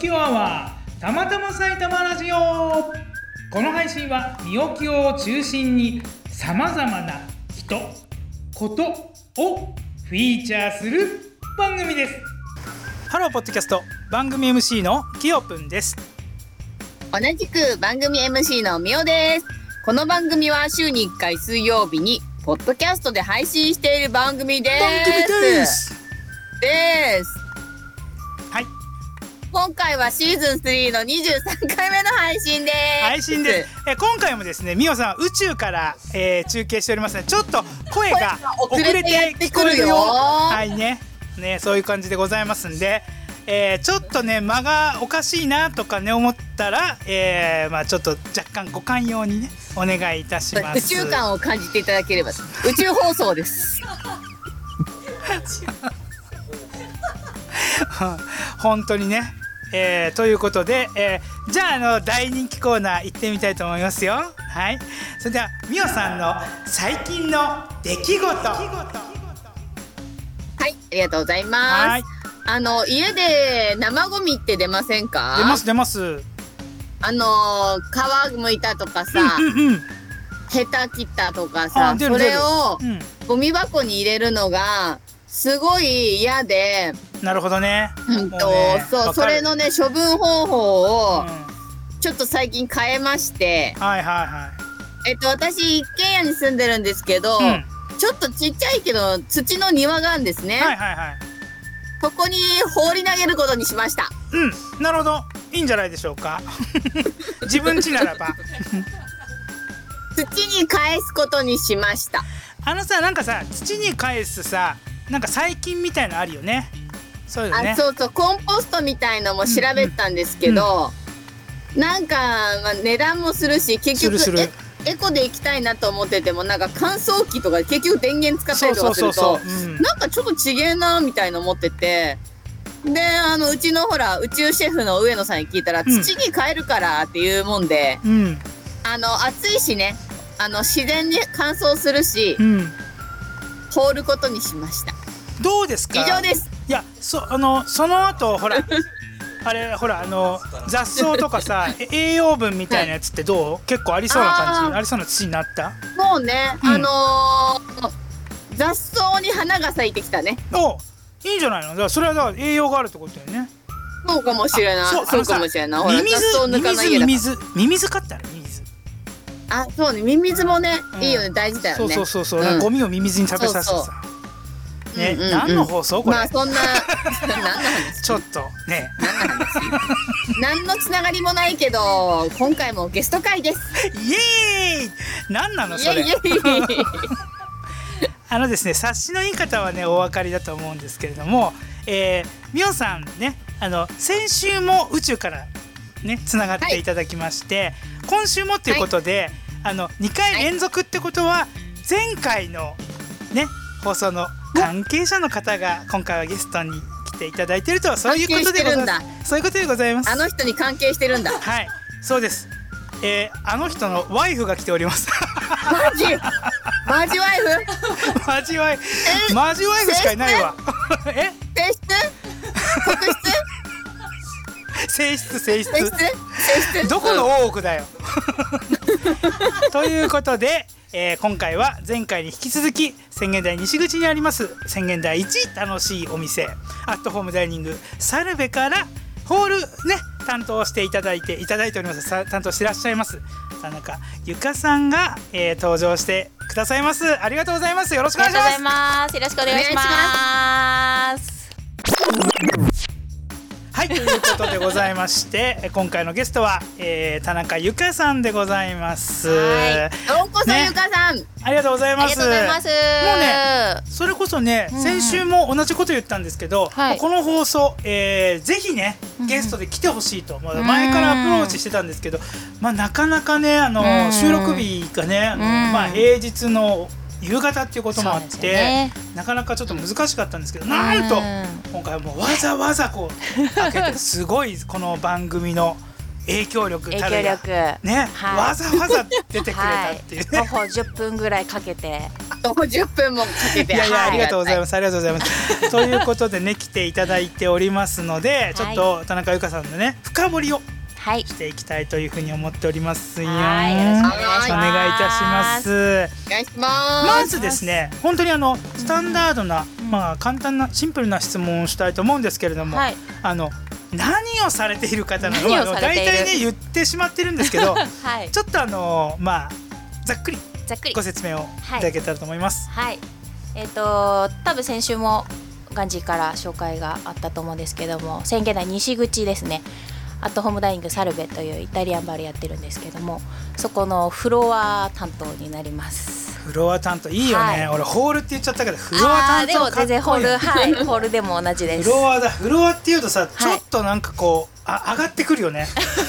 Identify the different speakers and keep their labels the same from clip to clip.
Speaker 1: きおアワーたまたま埼玉ラジオこの配信はみおきおを中心にさまざまな人ことをフィーチャーする番組ですハローポッドキャスト番組 MC のきよぷんです
Speaker 2: 同じく番組 MC のみおですこの番組は週に1回水曜日にポッドキャストで配信している番組ですです
Speaker 1: はい
Speaker 2: 今回はシーズン3の23回目の配信です
Speaker 1: 配信ですえー今回もですねみおさん宇宙から、えー中継しておりますのでちょっと声が遅
Speaker 2: 声が
Speaker 1: れ
Speaker 2: 遅れてや
Speaker 1: て
Speaker 2: っ
Speaker 1: 聞
Speaker 2: て
Speaker 1: こ
Speaker 2: く
Speaker 1: え
Speaker 2: るよ
Speaker 1: るよはいねねそういう感じでございますんで、えーちょっとね間がおかしいなとかね思ったら、えーまあ、ちょっと若干ご寛容にねお願いいたします
Speaker 2: 宇宙観を感じていただければ宇宙放送です
Speaker 1: 本当にね、えーということで、えーじゃああの大人気コーナー行ってみたいと思いますよはいそれではみおさんの最近の出来事
Speaker 2: はいありがとうございます、
Speaker 1: はい
Speaker 2: あの家で生ゴミって出ませんか
Speaker 1: 出ます出ます
Speaker 2: あのー皮むいたとかさ、
Speaker 1: うんうん
Speaker 2: ヘタ切ったとか
Speaker 1: あ
Speaker 2: さ
Speaker 1: 出る
Speaker 2: そ
Speaker 1: 出る
Speaker 2: れを
Speaker 1: うん
Speaker 2: ゴミ箱に入れるのがすごい嫌で、
Speaker 1: なるほどね
Speaker 2: うん
Speaker 1: も
Speaker 2: と
Speaker 1: ね
Speaker 2: そう
Speaker 1: わか
Speaker 2: そ
Speaker 1: る
Speaker 2: れのね処分方法
Speaker 1: うん
Speaker 2: を
Speaker 1: はい
Speaker 2: ちょっと最近変えまして、
Speaker 1: はいは
Speaker 2: えっと私一軒家に住んでるんですけど、
Speaker 1: いうん
Speaker 2: ちょっとちっちゃいけど土の庭があるんですね、
Speaker 1: はいはいはい
Speaker 2: そこに放り投げることにしました
Speaker 1: うんなるほどいいんじゃないでしょうか 自分家ならば
Speaker 2: 土に返すことにしました
Speaker 1: あのさなんかさ土に返すさなんか細菌みたいのあるよねそうよ
Speaker 2: あ
Speaker 1: ね
Speaker 2: そうそうコンポストみたいのも調べたんですけど、なんか、まあ、値段もするし結局
Speaker 1: するする
Speaker 2: えエコで行きたいなと思っててもなんか乾燥機とか結局電源使った
Speaker 1: そ
Speaker 2: り
Speaker 1: う
Speaker 2: と
Speaker 1: そ
Speaker 2: か
Speaker 1: う
Speaker 2: す
Speaker 1: そ
Speaker 2: る
Speaker 1: うそ
Speaker 2: と
Speaker 1: う、うん、
Speaker 2: なんかちょっとちげえなみたいの思っててであのうちのほら宇宙シェフの上野さんに聞いたら、
Speaker 1: うん
Speaker 2: 土に変えるからっていうもんで
Speaker 1: うん
Speaker 2: あの暑いしねあの自然に乾燥するし
Speaker 1: うん
Speaker 2: 放ることにしました
Speaker 1: どうですか
Speaker 2: 以上です
Speaker 1: いやそあのその後ほらあれほらあの雑草とかさえ栄養分みたいなやつってどう、結構ありそうな感
Speaker 2: あ
Speaker 1: じ
Speaker 2: ー
Speaker 1: ありそうな土になった
Speaker 2: もうね、
Speaker 1: うん
Speaker 2: あのー雑草に花が咲いてきたね。
Speaker 1: おいいんじゃないのだからそれはだから栄養があるってことだよね
Speaker 2: そうかもしれない。そう
Speaker 1: さ
Speaker 2: かもしれない。ほら、
Speaker 1: ミミ
Speaker 2: 雑草
Speaker 1: ズ
Speaker 2: 抜かない
Speaker 1: ミ
Speaker 2: 家だか
Speaker 1: ミズミミズミミズ買ったらミミズ、
Speaker 2: ら。あ、そうね。ミミズもね
Speaker 1: う、ん
Speaker 2: いいよね。大事だ
Speaker 1: そ
Speaker 2: よ
Speaker 1: う
Speaker 2: ね。
Speaker 1: そうそうそう、
Speaker 2: うん
Speaker 1: なんかゴミをミミズに食べさせて
Speaker 2: そう
Speaker 1: さね、
Speaker 2: うんうんうん
Speaker 1: 何の放送これ、
Speaker 2: まあ、そんな、 何の話
Speaker 1: ちょっとね
Speaker 2: 何のつながりもないけど、今回もゲスト会です。
Speaker 1: イエーイ何なの
Speaker 2: い
Speaker 1: そ
Speaker 2: や
Speaker 1: れ
Speaker 2: いやいや。
Speaker 1: あのですね察しのいい方はねお分かりだと思うんですけれども、えー、みおさんねあの先週も宇宙からねつながっていただきまして、今週もっていうことで、あの2回連続ってことは前回のね放送の関係者の方が今回はゲストに来ていただいてるとはそういうことでございま
Speaker 2: 関係して
Speaker 1: す。そういうことでございます。
Speaker 2: あの人に関係してるんだ。
Speaker 1: はい、そうです。えー、あの人のワイフが来ております。
Speaker 2: マジマジワイフ
Speaker 1: マジワイフ、マジワイフしかいないわ。 え、
Speaker 2: 性質特質
Speaker 1: 性質性質
Speaker 2: 性質性質
Speaker 1: どこの大奥 だよということで、えー今回は前回に引き続き宣言台西口にあります宣言台1楽しいお店アットホームダイニングサルベからホールね担当していただいていただいておりますさ担当してらっしゃいます田中ゆかさんが、えー登場してくださいますありがとうございますよろしくお
Speaker 3: あ
Speaker 1: 願
Speaker 3: り
Speaker 1: い
Speaker 3: がとうござ
Speaker 1: しま
Speaker 3: い
Speaker 1: す
Speaker 3: ます。よろしくお願いします。
Speaker 1: はいということでございましてえー今回のゲストは、えー田中ゆかさんでございます
Speaker 3: は
Speaker 2: どうこさん、
Speaker 1: ね
Speaker 2: ゆかさん
Speaker 1: ありがとうござい
Speaker 3: あ
Speaker 1: ま
Speaker 3: りが
Speaker 1: す
Speaker 3: とうございます。
Speaker 1: ねそれこそね、
Speaker 3: うんうん
Speaker 1: 先週も同じこと言ったんですけど、
Speaker 3: はい
Speaker 1: この放送、えーぜひね
Speaker 3: うんうん
Speaker 1: ゲストで来てほしいと、まあ前からアプローチしてたんですけど、まあ、なかなかねあの、
Speaker 3: うんうん
Speaker 1: 収録日がね、あの
Speaker 3: うん
Speaker 1: まあ、平日の夕方っていうこともあっ
Speaker 3: そう
Speaker 1: て、
Speaker 3: ですよね
Speaker 1: なかなかちょっと難しかったんですけど、なんと
Speaker 3: う
Speaker 1: 今回はもうわざわざこう開けてすごいこの番組の影響力
Speaker 3: 影
Speaker 1: た
Speaker 3: 響
Speaker 1: るや
Speaker 3: 力
Speaker 1: ね、
Speaker 3: はい
Speaker 1: わざわざ出てくれた
Speaker 3: は
Speaker 1: っていう
Speaker 3: い
Speaker 1: ね、
Speaker 3: 徒歩10分ぐらいかけて
Speaker 2: 徒歩10分もかけて
Speaker 1: いやいや、
Speaker 3: はい
Speaker 1: ありがとうございます。ありがとうござい ます。ということでね、来ていただいておりますので、ちょっと田中由香さんのね、深掘りを
Speaker 3: はい
Speaker 1: していきたいというふうに思っておりますよ。
Speaker 3: はいよろしくお願いします
Speaker 1: お願いいたします。
Speaker 2: お願いし
Speaker 1: ま
Speaker 2: ます
Speaker 1: ずですね、本当にあのスタンダードな、まあ簡単なシンプルな質問をしたいと思うんですけれども、
Speaker 3: はい
Speaker 1: あの何をされている方なの
Speaker 3: 何を
Speaker 1: あの
Speaker 3: され
Speaker 1: 大
Speaker 3: ている
Speaker 1: 体ね言ってしまってるんですけ ど、
Speaker 3: はい
Speaker 1: ちょっとあのまあざっくり
Speaker 3: ざっくり
Speaker 1: ご説明をいただけたらと思います。
Speaker 3: はいえっ、と多分先週もガンジーから紹介があったと思うんですけども宣言台西口ですねアットホームダイニングサルベというイタリアンバルやってるんですけどもそこのフロア担当になります
Speaker 1: フロア担当いいよね、
Speaker 3: はい
Speaker 1: 俺ホールって言っちゃったけどフロア担
Speaker 3: あーでも
Speaker 1: 当かっ
Speaker 3: 全然ホ
Speaker 1: こい
Speaker 3: ー
Speaker 1: い
Speaker 3: ル
Speaker 1: よ
Speaker 3: はい ホールでも同じで
Speaker 1: フ
Speaker 3: す
Speaker 1: ロアだフロアっていうとさ、ちょ
Speaker 3: い
Speaker 1: っとなんかこうあ上がってくるよ ね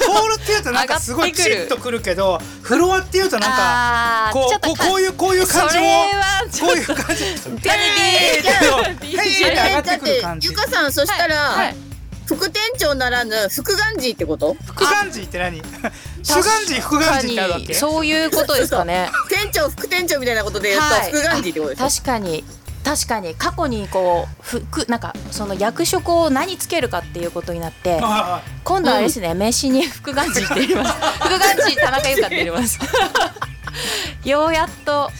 Speaker 1: ホールっていうとなんかすごい
Speaker 3: 上
Speaker 1: ピ
Speaker 3: がってく
Speaker 1: シ
Speaker 3: る
Speaker 1: ッとくるけどフロアっていうとなんか
Speaker 3: あー
Speaker 1: こ
Speaker 3: ちょ
Speaker 1: う
Speaker 3: っと
Speaker 1: こうこういうこういう感じも
Speaker 3: それはちょ
Speaker 1: こ
Speaker 3: っ
Speaker 1: う いう感じ
Speaker 3: と
Speaker 1: えーって
Speaker 3: ビ
Speaker 1: こうへーって上がってくる感じ
Speaker 2: ゆかさんそしたら、
Speaker 3: はいはい
Speaker 2: 副店長ならぬ副ガンジーってこと
Speaker 1: 副眼寺って何主眼寺副眼寺ってあるわけ
Speaker 3: そういうことですかね
Speaker 2: 店長副店長みたいなことで言うと、
Speaker 3: はい
Speaker 2: 副ガンジーってことでしょ
Speaker 3: 確かに確かに過去にこうふくなんかその役職を何つけるかっていうことになって
Speaker 1: ああ
Speaker 3: 今度はあれですね、名刺に副眼寺って入れ ます副眼寺田中優香って入れます ようやっと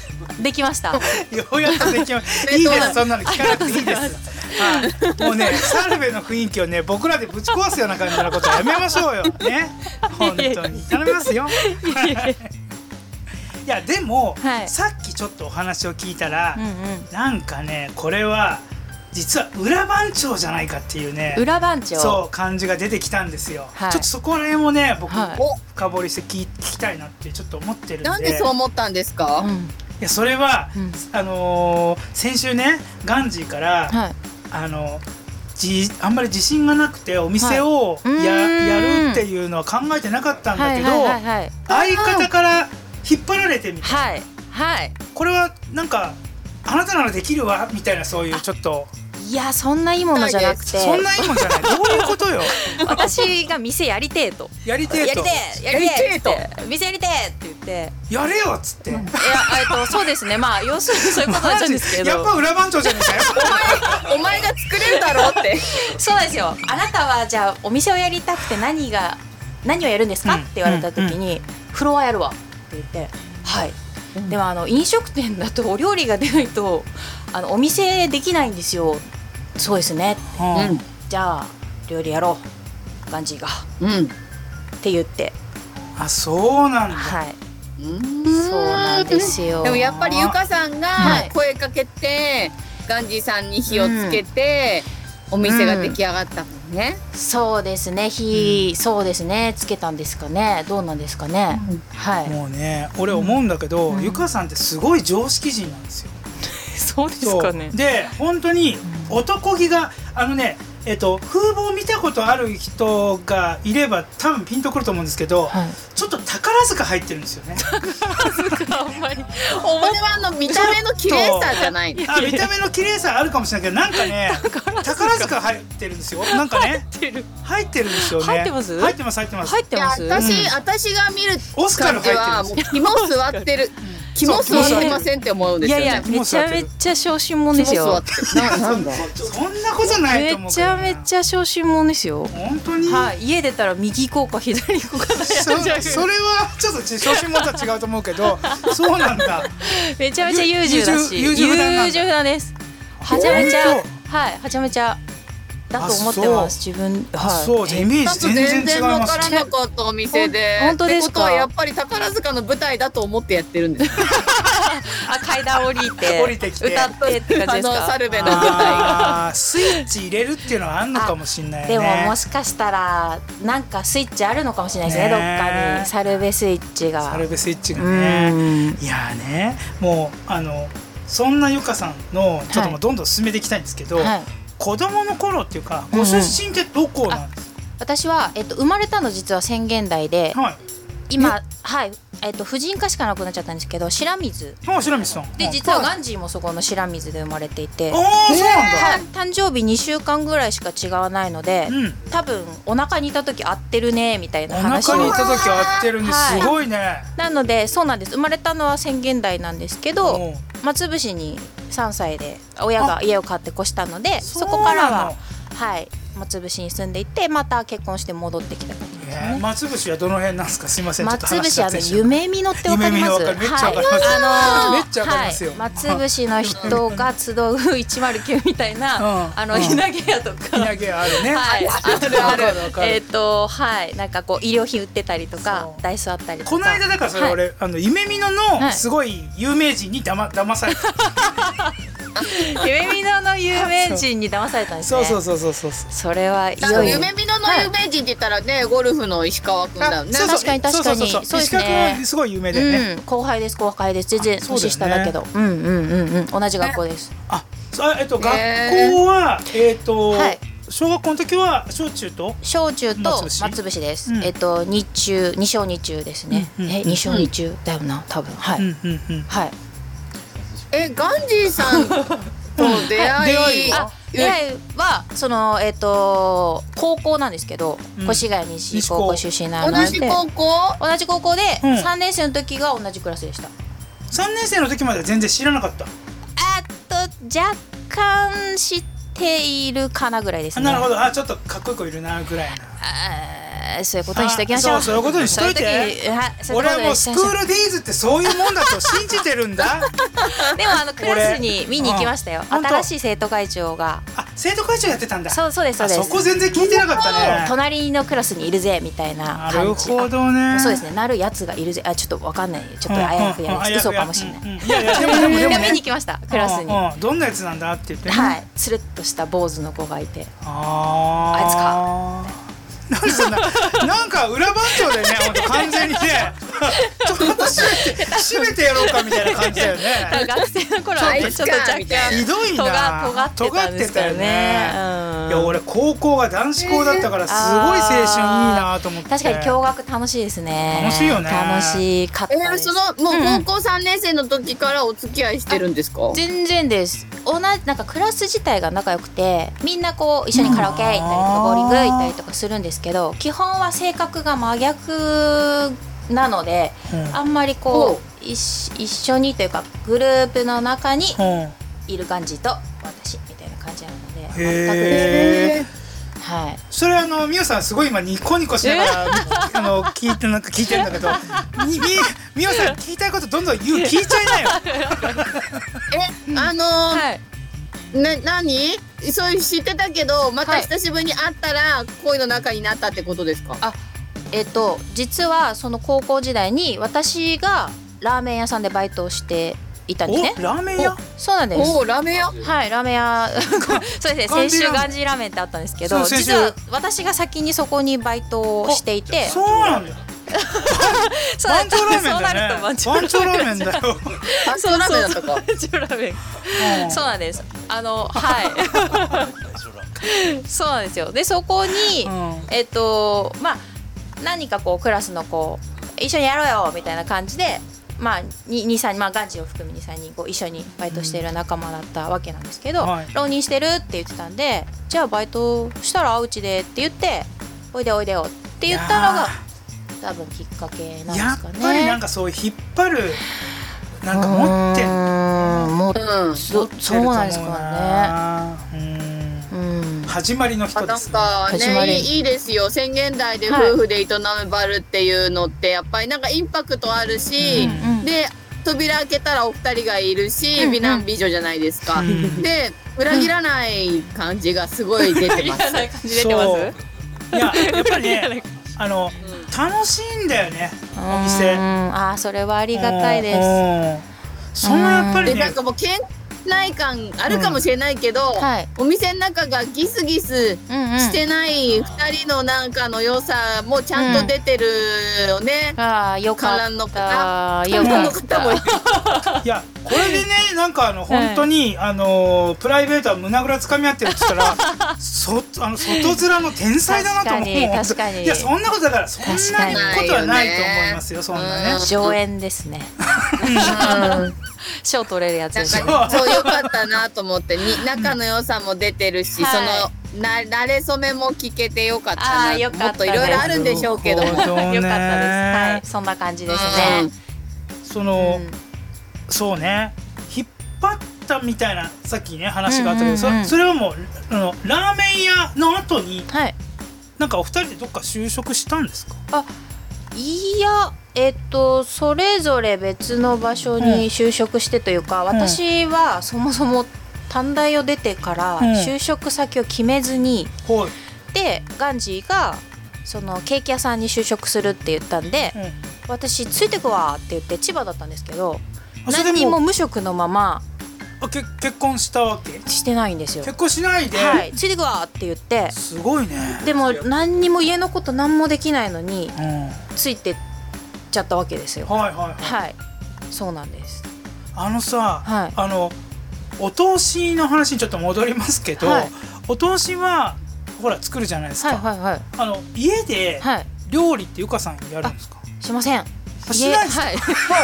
Speaker 3: できました
Speaker 1: あようやっとできまいいですそんなの聞かなくていいですはいもうねサルベの雰囲気をね僕らでぶち壊すような感じのことはやめましょうよね本当に頼みますよいやでも、
Speaker 3: はい
Speaker 1: さっきちょっとお話を聞いたら、
Speaker 3: うん
Speaker 1: なんかねこれは実は裏番長じゃないかっていうね
Speaker 3: うん裏番長
Speaker 1: そう感じが出てきたんですよ、
Speaker 3: はい
Speaker 1: ちょっとそこら辺もね僕、
Speaker 3: はい
Speaker 2: お
Speaker 1: 深掘りして聞き聞きたいなってちょっと思ってるんで
Speaker 2: なんでそう思ったんですか、
Speaker 3: うん
Speaker 1: いやそれは、
Speaker 3: うん
Speaker 1: あのー先週ねガンジーから、
Speaker 3: はい
Speaker 1: あのじあんまり自信がなくてお店をや,、
Speaker 3: はいうーん
Speaker 1: やるっていうのは考えてなかったんだ
Speaker 3: は
Speaker 1: け
Speaker 3: い
Speaker 1: ど、
Speaker 3: はいはい
Speaker 1: 相方から引っ張られてみたいな
Speaker 3: はいはい
Speaker 1: これはなんかあなたならできるわみたいなそういうちょっと
Speaker 3: いやそんないいものじゃなくて
Speaker 1: そんないいもんじゃないどういうこと よ
Speaker 3: 私が店やりてえと
Speaker 1: やりてえ
Speaker 3: やり
Speaker 1: と
Speaker 3: てえやりてえっ
Speaker 2: やり
Speaker 3: て店やりてえって言って
Speaker 1: やれよっつって。
Speaker 3: いやえっとそうですねまあ要するにそういうことになっちゃうんですけ
Speaker 1: やっ
Speaker 3: ど
Speaker 1: ぱ裏番長じゃねえかよ。
Speaker 2: お前が作れるだろうって
Speaker 3: そうですよあなたはじゃあお店をやりたくて何が何をやるんですか、
Speaker 1: うん
Speaker 3: って言われた時に、フロアやるわって言ってはい、
Speaker 2: うん
Speaker 3: でもあの飲食店だとお料理が出ないとあのお店できないんですよ そうですねじゃあ料理やろうガンジーがっ
Speaker 2: うんうん
Speaker 3: て言って
Speaker 1: あ、そうなんだ。
Speaker 3: はい
Speaker 2: そ
Speaker 3: そうなんですよ
Speaker 2: でもやっぱりゆかさん
Speaker 3: は
Speaker 2: が
Speaker 3: い
Speaker 2: 声かけて、ガンジーさんに火をつけて、お店が出来上がったもんね、
Speaker 3: そうですね火、そうですねつけたんですかねどうなんですかね、
Speaker 2: うん
Speaker 3: はい
Speaker 1: もうね、俺思うんだけど、
Speaker 3: うん
Speaker 1: ゆかさんってすごい常識人なんですよ。
Speaker 3: そうで
Speaker 1: そうで、本当に男気が、あのね、えっと、風貌見たことある人がいれば多分ピンとくると思うんですけど、
Speaker 3: はい
Speaker 1: ちょっと宝塚入ってるんですよね。
Speaker 3: あんまり
Speaker 2: これはあの見た目の綺麗さじゃないの
Speaker 1: あ見た目の綺麗さあるかもしれないけどなんかね宝塚入ってるんですよなんかね
Speaker 3: 思ってる
Speaker 1: 入ってるんですよね
Speaker 3: 入ってます
Speaker 1: 入ってます入ってます
Speaker 3: 入って
Speaker 2: いや
Speaker 3: ます
Speaker 2: 私、
Speaker 1: うん
Speaker 2: 私が見る
Speaker 1: オスカル
Speaker 2: 感じ
Speaker 1: 入って
Speaker 2: は
Speaker 1: ます
Speaker 2: もう肝座って る肝座ってませんって思うんで
Speaker 3: い
Speaker 2: すよ
Speaker 3: や
Speaker 2: ね
Speaker 3: いやめちゃめちゃ小心者です
Speaker 2: 肝座
Speaker 3: よ
Speaker 2: ってななんだ
Speaker 1: そんなことないと思
Speaker 3: め
Speaker 1: うけ
Speaker 3: ち
Speaker 1: ど
Speaker 3: ゃ
Speaker 1: な
Speaker 3: めちゃ小心者ですよ
Speaker 1: 本当に、
Speaker 3: はい家出たら右行こうか左行こうか
Speaker 1: そ
Speaker 3: 悩んじゃう
Speaker 1: それはちょっと小心者とは違うと思うけどそうなんだ
Speaker 3: めちゃめちゃ優柔だし
Speaker 1: 優柔優柔不断なんだ
Speaker 3: 優柔不断ですはちゃめち
Speaker 1: 本
Speaker 3: ゃはいはちゃめちゃだと思ってま
Speaker 1: あ
Speaker 3: す自分
Speaker 1: あ
Speaker 3: はい
Speaker 1: そうじゃあイメー
Speaker 2: だ
Speaker 1: ジ
Speaker 2: と全
Speaker 1: 全然違
Speaker 2: 然
Speaker 1: い
Speaker 2: わ
Speaker 1: ま
Speaker 2: か
Speaker 1: す
Speaker 2: らなかったお店で
Speaker 3: ほん本当ですか
Speaker 2: ってことはやっぱり宝塚の舞台だと思ってやってるんです
Speaker 3: あ階段降り て
Speaker 1: 降りてきて
Speaker 3: 歌ってって感じです
Speaker 2: あ
Speaker 3: か
Speaker 2: のサルベの舞台
Speaker 1: あースイッチ入れるっていうのはあんのかもしれないね
Speaker 3: でももしかしたらなんかスイッチあるのかもしれないですね
Speaker 1: ね
Speaker 3: どっかにサルベスイッチが
Speaker 1: サルベスイッチがね
Speaker 3: うん
Speaker 1: いやーねもうあのそんなゆかさんのちょっとも
Speaker 3: は
Speaker 1: う
Speaker 3: い
Speaker 1: どんどん進めていきたいんですけど、
Speaker 3: はい
Speaker 1: 子供の頃っていうか
Speaker 3: うん
Speaker 1: ご
Speaker 3: うん
Speaker 1: 出身ってどこなんです
Speaker 3: 私は、えっと、生まれたの実は宣言台で
Speaker 1: か、はい
Speaker 3: 今はいえっと婦人科しかなくなっちゃったんですけど白水
Speaker 1: あ白水さん
Speaker 3: で実はガンジーもそこの白水で生まれていて、
Speaker 1: おお
Speaker 3: は
Speaker 1: そうなんだ、
Speaker 3: い、誕生日2週間ぐらいしか違わないので、
Speaker 1: うん
Speaker 3: 多分お腹にいた時合ってるねみたいな
Speaker 1: お
Speaker 3: 話
Speaker 1: 腹にい
Speaker 3: を
Speaker 1: た時合ってるんです、
Speaker 3: はい
Speaker 1: すごいね
Speaker 3: なのでそうなんです生まれたのは宣言台なんですけど
Speaker 1: おう
Speaker 3: 松伏に3歳で親が家を買って越したのでそこからは、はい、松伏に住んでいてまた結婚して戻ってきた感じです
Speaker 1: えー
Speaker 3: ね。
Speaker 1: 松伏はどの辺なんですかすいませんちょっと
Speaker 3: 松
Speaker 1: 話しち
Speaker 3: 伏
Speaker 1: ゃ
Speaker 3: は
Speaker 1: って
Speaker 3: ね
Speaker 1: んじゃん
Speaker 3: 夢見のってわかりま
Speaker 1: 夢見の
Speaker 3: す。
Speaker 1: わかるめっちゃわかります
Speaker 3: はいあのー
Speaker 1: めっちゃわかりますよ
Speaker 3: はい松伏の人が集う109みたい
Speaker 1: うん
Speaker 3: なあの
Speaker 1: うん
Speaker 3: 稲毛屋と
Speaker 1: 稲
Speaker 3: か。
Speaker 1: 毛あるね、
Speaker 3: はい、あ
Speaker 1: わ
Speaker 3: る
Speaker 1: か
Speaker 3: あ
Speaker 1: るわか
Speaker 3: る。
Speaker 1: る
Speaker 3: えっとはいなんかこう医療品売ってたりとか
Speaker 1: そう
Speaker 3: ダイソーあったりとか。
Speaker 1: この間だからそれ俺、あの夢見のの
Speaker 3: はい
Speaker 1: すごい有名人にだま騙された、
Speaker 3: はい夢見のの有名人に騙されたんですね。
Speaker 1: そうそうそうそう
Speaker 3: それはい
Speaker 2: なんか
Speaker 3: よいよ。
Speaker 2: 夢見のの有名人って言ったらね、ゴルフの石川君だよね。
Speaker 1: そう
Speaker 3: 確かに確かに
Speaker 1: そうそうそ
Speaker 3: そうう
Speaker 1: 石
Speaker 3: ですね
Speaker 1: 川君はすごい有名だよね、
Speaker 3: うん後輩です後輩です全然
Speaker 1: あそうだよね
Speaker 3: 年下だけどう,、んうんうんうん同じ学校です。
Speaker 1: あそうあえっと学校
Speaker 2: へー
Speaker 1: はえっと、
Speaker 3: はい
Speaker 1: 小学校の時は小中と
Speaker 3: 小中と
Speaker 1: 松
Speaker 3: 松伏です。
Speaker 1: うん
Speaker 3: えっと日中二小二中ですね。
Speaker 1: うんうん
Speaker 3: え
Speaker 1: うん
Speaker 3: 二小二中だよな多分はい、
Speaker 1: うんうんうん
Speaker 3: はい。
Speaker 2: え、ガンジーさんと出会
Speaker 1: 出会い
Speaker 2: い。
Speaker 1: は
Speaker 3: あ出会いはそのえっと高校なんですけど、
Speaker 1: うん
Speaker 3: 越谷西高校
Speaker 1: 西
Speaker 3: 出身な
Speaker 2: 同
Speaker 3: の
Speaker 2: じ
Speaker 3: で。
Speaker 2: 高校。
Speaker 3: 同じ高校で
Speaker 1: うん
Speaker 3: 三年生の時が同じクラスでした。
Speaker 1: 三年生の時までは全然知らなかった、
Speaker 3: あと若干知っているかなぐらいです
Speaker 1: あ
Speaker 3: ね。
Speaker 1: なるほどあちょっとかっこいい子いるなぐらいな
Speaker 3: あーそういうことにしておきましょ
Speaker 1: あ
Speaker 3: う。
Speaker 1: そうそういうことにしといて
Speaker 3: そういう時はいそういう
Speaker 1: 俺
Speaker 3: こと
Speaker 1: はもう
Speaker 3: にし
Speaker 1: ス
Speaker 3: ま
Speaker 1: ク
Speaker 3: しょう
Speaker 1: ールディーズってそういうもんだと 信じてるん だ
Speaker 3: でもあのクラスに見に行きましたよ。
Speaker 1: 俺うん
Speaker 3: 新しい生徒会長が。
Speaker 1: あ生徒会長やってたんだ
Speaker 3: そうそうですそう
Speaker 1: あ
Speaker 3: です。
Speaker 1: そこ全然聞いてなかったね
Speaker 3: 隣のクラスにいるぜみたいな
Speaker 1: なる
Speaker 3: 感じ。
Speaker 1: ほどね
Speaker 3: あそうですね。なるやつがいるぜ。あちょっとわかんない。ちょっとあやふやです。嘘かもしれない。
Speaker 1: いやいやでもでも
Speaker 3: で
Speaker 1: でも
Speaker 3: も見に
Speaker 1: ね
Speaker 3: 行きましたクラスに。
Speaker 1: うん
Speaker 3: は
Speaker 1: うんどんなやつなんだって言ってね
Speaker 3: い。つるっとした坊主の子がいて。
Speaker 1: ああいつかなんでそんななんか裏番長だよね本当完全にねちょっと閉めて閉めてやろうかみたいな感じだよね
Speaker 3: 学生の頃はねちょっと若干
Speaker 2: みた
Speaker 1: ひどいな
Speaker 3: 尖尖ってたんですけど
Speaker 1: 尖ってたよね
Speaker 3: ね。
Speaker 1: い
Speaker 3: うん
Speaker 1: や俺高校が男子校だったからすごい青春いいなと思って
Speaker 3: 確かに共学楽しいですね。
Speaker 1: 楽しいよね
Speaker 3: 楽しかっ
Speaker 2: え
Speaker 3: たです。
Speaker 2: その、もう高校三年生の時からお付き合いしてるんですか。
Speaker 3: 全然です同じなんかクラス自体が仲良くてみんなこう一緒にカラオケ行ったりと
Speaker 1: あー
Speaker 3: かボウリング行ったりとかするんですけど基本は性格が真逆なので
Speaker 1: うん
Speaker 3: あんまりこう一緒一緒にというかグループの中に
Speaker 1: うん
Speaker 3: いる感じと私みたいな感じなので全く
Speaker 1: へ
Speaker 3: で
Speaker 1: え
Speaker 3: すねはい
Speaker 1: それあのミオさんすごい今ニコニコしながら、 あの聞いてなんか聞いてるんだ けどみみミオさん聞きたいことどんどん言う聞いちゃいなよ
Speaker 2: え、あのー、
Speaker 3: はい
Speaker 2: な、何。そういう知ってたけど、また
Speaker 3: はい
Speaker 2: 久しぶりに会ったら、恋の仲になったってことですか。
Speaker 3: えっと実はその高校時代に私がラーメン屋さんでバイトをしていたん ですね
Speaker 1: おラーメン屋
Speaker 3: そうなんです
Speaker 2: おお、ラーメン屋。
Speaker 3: はい、ラーメン屋 そうですね
Speaker 1: ガン
Speaker 3: 先
Speaker 1: ジー
Speaker 3: 週
Speaker 1: ラーメン
Speaker 3: ガンジーラーメンってあったんですけ
Speaker 1: そう
Speaker 3: ど
Speaker 1: 先週
Speaker 3: 実は私が先にそこにバイトをしていて
Speaker 1: そうなんだよ
Speaker 3: そう
Speaker 1: 番長ラーメン
Speaker 3: そう
Speaker 1: だ
Speaker 3: なる
Speaker 1: よ
Speaker 3: と
Speaker 1: ね
Speaker 3: 番長
Speaker 1: 番長ラーメン
Speaker 3: に
Speaker 1: だ
Speaker 3: なっちゃう
Speaker 1: よ
Speaker 2: あ、そう、ラーメンだったか。
Speaker 3: 番長ラーメン
Speaker 1: うん
Speaker 3: そうなんですあのはい そうなんですよでそこに、
Speaker 1: うん
Speaker 3: えっとまあ何かこうクラスの子一緒にやろうよみたいな感じでまあに二三まあガンジーを含む23人こう一緒にバイトしている仲間だったわけなんですけど、
Speaker 1: はい
Speaker 3: 浪人してるって言ってたんでじゃあバイトしたらうちでって言っておいでおいでよって言った
Speaker 1: い
Speaker 3: の
Speaker 1: や
Speaker 3: が多分きっかけなんで
Speaker 1: や
Speaker 3: す
Speaker 1: っ
Speaker 3: かね。
Speaker 1: ぱりなんかそう引っ張るなんか持って
Speaker 3: うーんもう
Speaker 2: うん。
Speaker 3: そそうなんですか
Speaker 1: ねうん
Speaker 3: ね。うん
Speaker 1: 始まりの人
Speaker 2: あ
Speaker 1: で
Speaker 2: なん
Speaker 1: すね
Speaker 2: か
Speaker 3: 始ま
Speaker 2: ね
Speaker 3: り
Speaker 2: いいいいですよ宣言台で夫婦で営むバルっていうのってやっぱりなんかインパクトあるし、
Speaker 3: うんうん
Speaker 2: で扉開けたらお二人がいるし、
Speaker 3: うんうん
Speaker 2: 美男美女じゃないですか、
Speaker 1: うん
Speaker 2: で裏切らない感じがすごい出てます
Speaker 3: 感じ出てます
Speaker 1: そういややっぱり ねあの楽しいんだよねお店
Speaker 3: うーんあーそれはありがたいです。
Speaker 1: すそのやっぱ
Speaker 2: で
Speaker 1: り
Speaker 2: な
Speaker 1: ね
Speaker 2: んかもうけん内感あるかもしれないけど、
Speaker 3: はい
Speaker 2: お店の中がギスギス
Speaker 3: うんうん
Speaker 2: してない2人のなんかの良さもちゃんと出てるよね、
Speaker 3: ああよか
Speaker 2: 観覧の
Speaker 3: っ
Speaker 2: 方
Speaker 3: た
Speaker 2: 観覧
Speaker 3: よか
Speaker 2: の
Speaker 3: っ
Speaker 2: 方もい
Speaker 3: た
Speaker 2: る
Speaker 1: いやこれでね なんかあの本当に、あのプライベートは胸ぐらつかみ合ってるって言った らそあの外面の天才だなと思う
Speaker 3: 確かに確かに
Speaker 1: いやそんなことだからそんなことはないと思いますよそんなね
Speaker 2: うん
Speaker 3: 上演ですね賞取れるやつ
Speaker 2: なん
Speaker 3: ですね
Speaker 2: かそう良かったなと思 ってに仲の良さも出てるし、
Speaker 3: は
Speaker 2: そのな慣れ初めも聞けて良かった
Speaker 3: あ
Speaker 2: な
Speaker 3: ー良かった
Speaker 2: もっといろいろあるんでしょうけども。
Speaker 1: なるほどね
Speaker 3: よかったですはいそんな感じですね
Speaker 1: そうの、
Speaker 3: ん
Speaker 1: そうね引っ張ったみたいなさっきね話があったけど、
Speaker 3: うんうんうん
Speaker 1: そそれはもうあのラーメン屋の後に
Speaker 3: はい
Speaker 1: なんかお二人でどっか就職したんですか
Speaker 3: いやえっとそれぞれ別の場所
Speaker 1: うん
Speaker 3: に就職してというか、私はそもそも短大を出てから
Speaker 1: うん
Speaker 3: 就職先を決めずに、
Speaker 1: はい、
Speaker 3: でガンジーがそのケーキ屋さんに就職するって言ったんで、
Speaker 1: う
Speaker 3: 私ついてくわって言って千葉だったんですけど
Speaker 1: ん、それ
Speaker 3: 何
Speaker 1: で
Speaker 3: に
Speaker 1: も
Speaker 3: も
Speaker 1: う
Speaker 3: 無職のまま
Speaker 1: あけ結婚したわけ
Speaker 3: してないんですよ
Speaker 1: 結。婚しないで、
Speaker 3: はい、ついてくわって言って
Speaker 1: すごいね
Speaker 3: でも
Speaker 1: うん、
Speaker 3: 何にも家のこと何もできないのに
Speaker 1: はい
Speaker 3: ついてっちゃったわけですよ。
Speaker 1: はいはい、
Speaker 3: はいそうなんです。
Speaker 1: あのさ、
Speaker 3: はい
Speaker 1: あのお通しの話にちょっと戻りますけど、
Speaker 3: はい
Speaker 1: お通しはほら作るじゃないですか、
Speaker 3: はいはいはい
Speaker 1: あの家で
Speaker 3: はい。
Speaker 1: 料理ってゆかさんやるんですか
Speaker 3: しません。
Speaker 1: あしないんですか
Speaker 3: はい、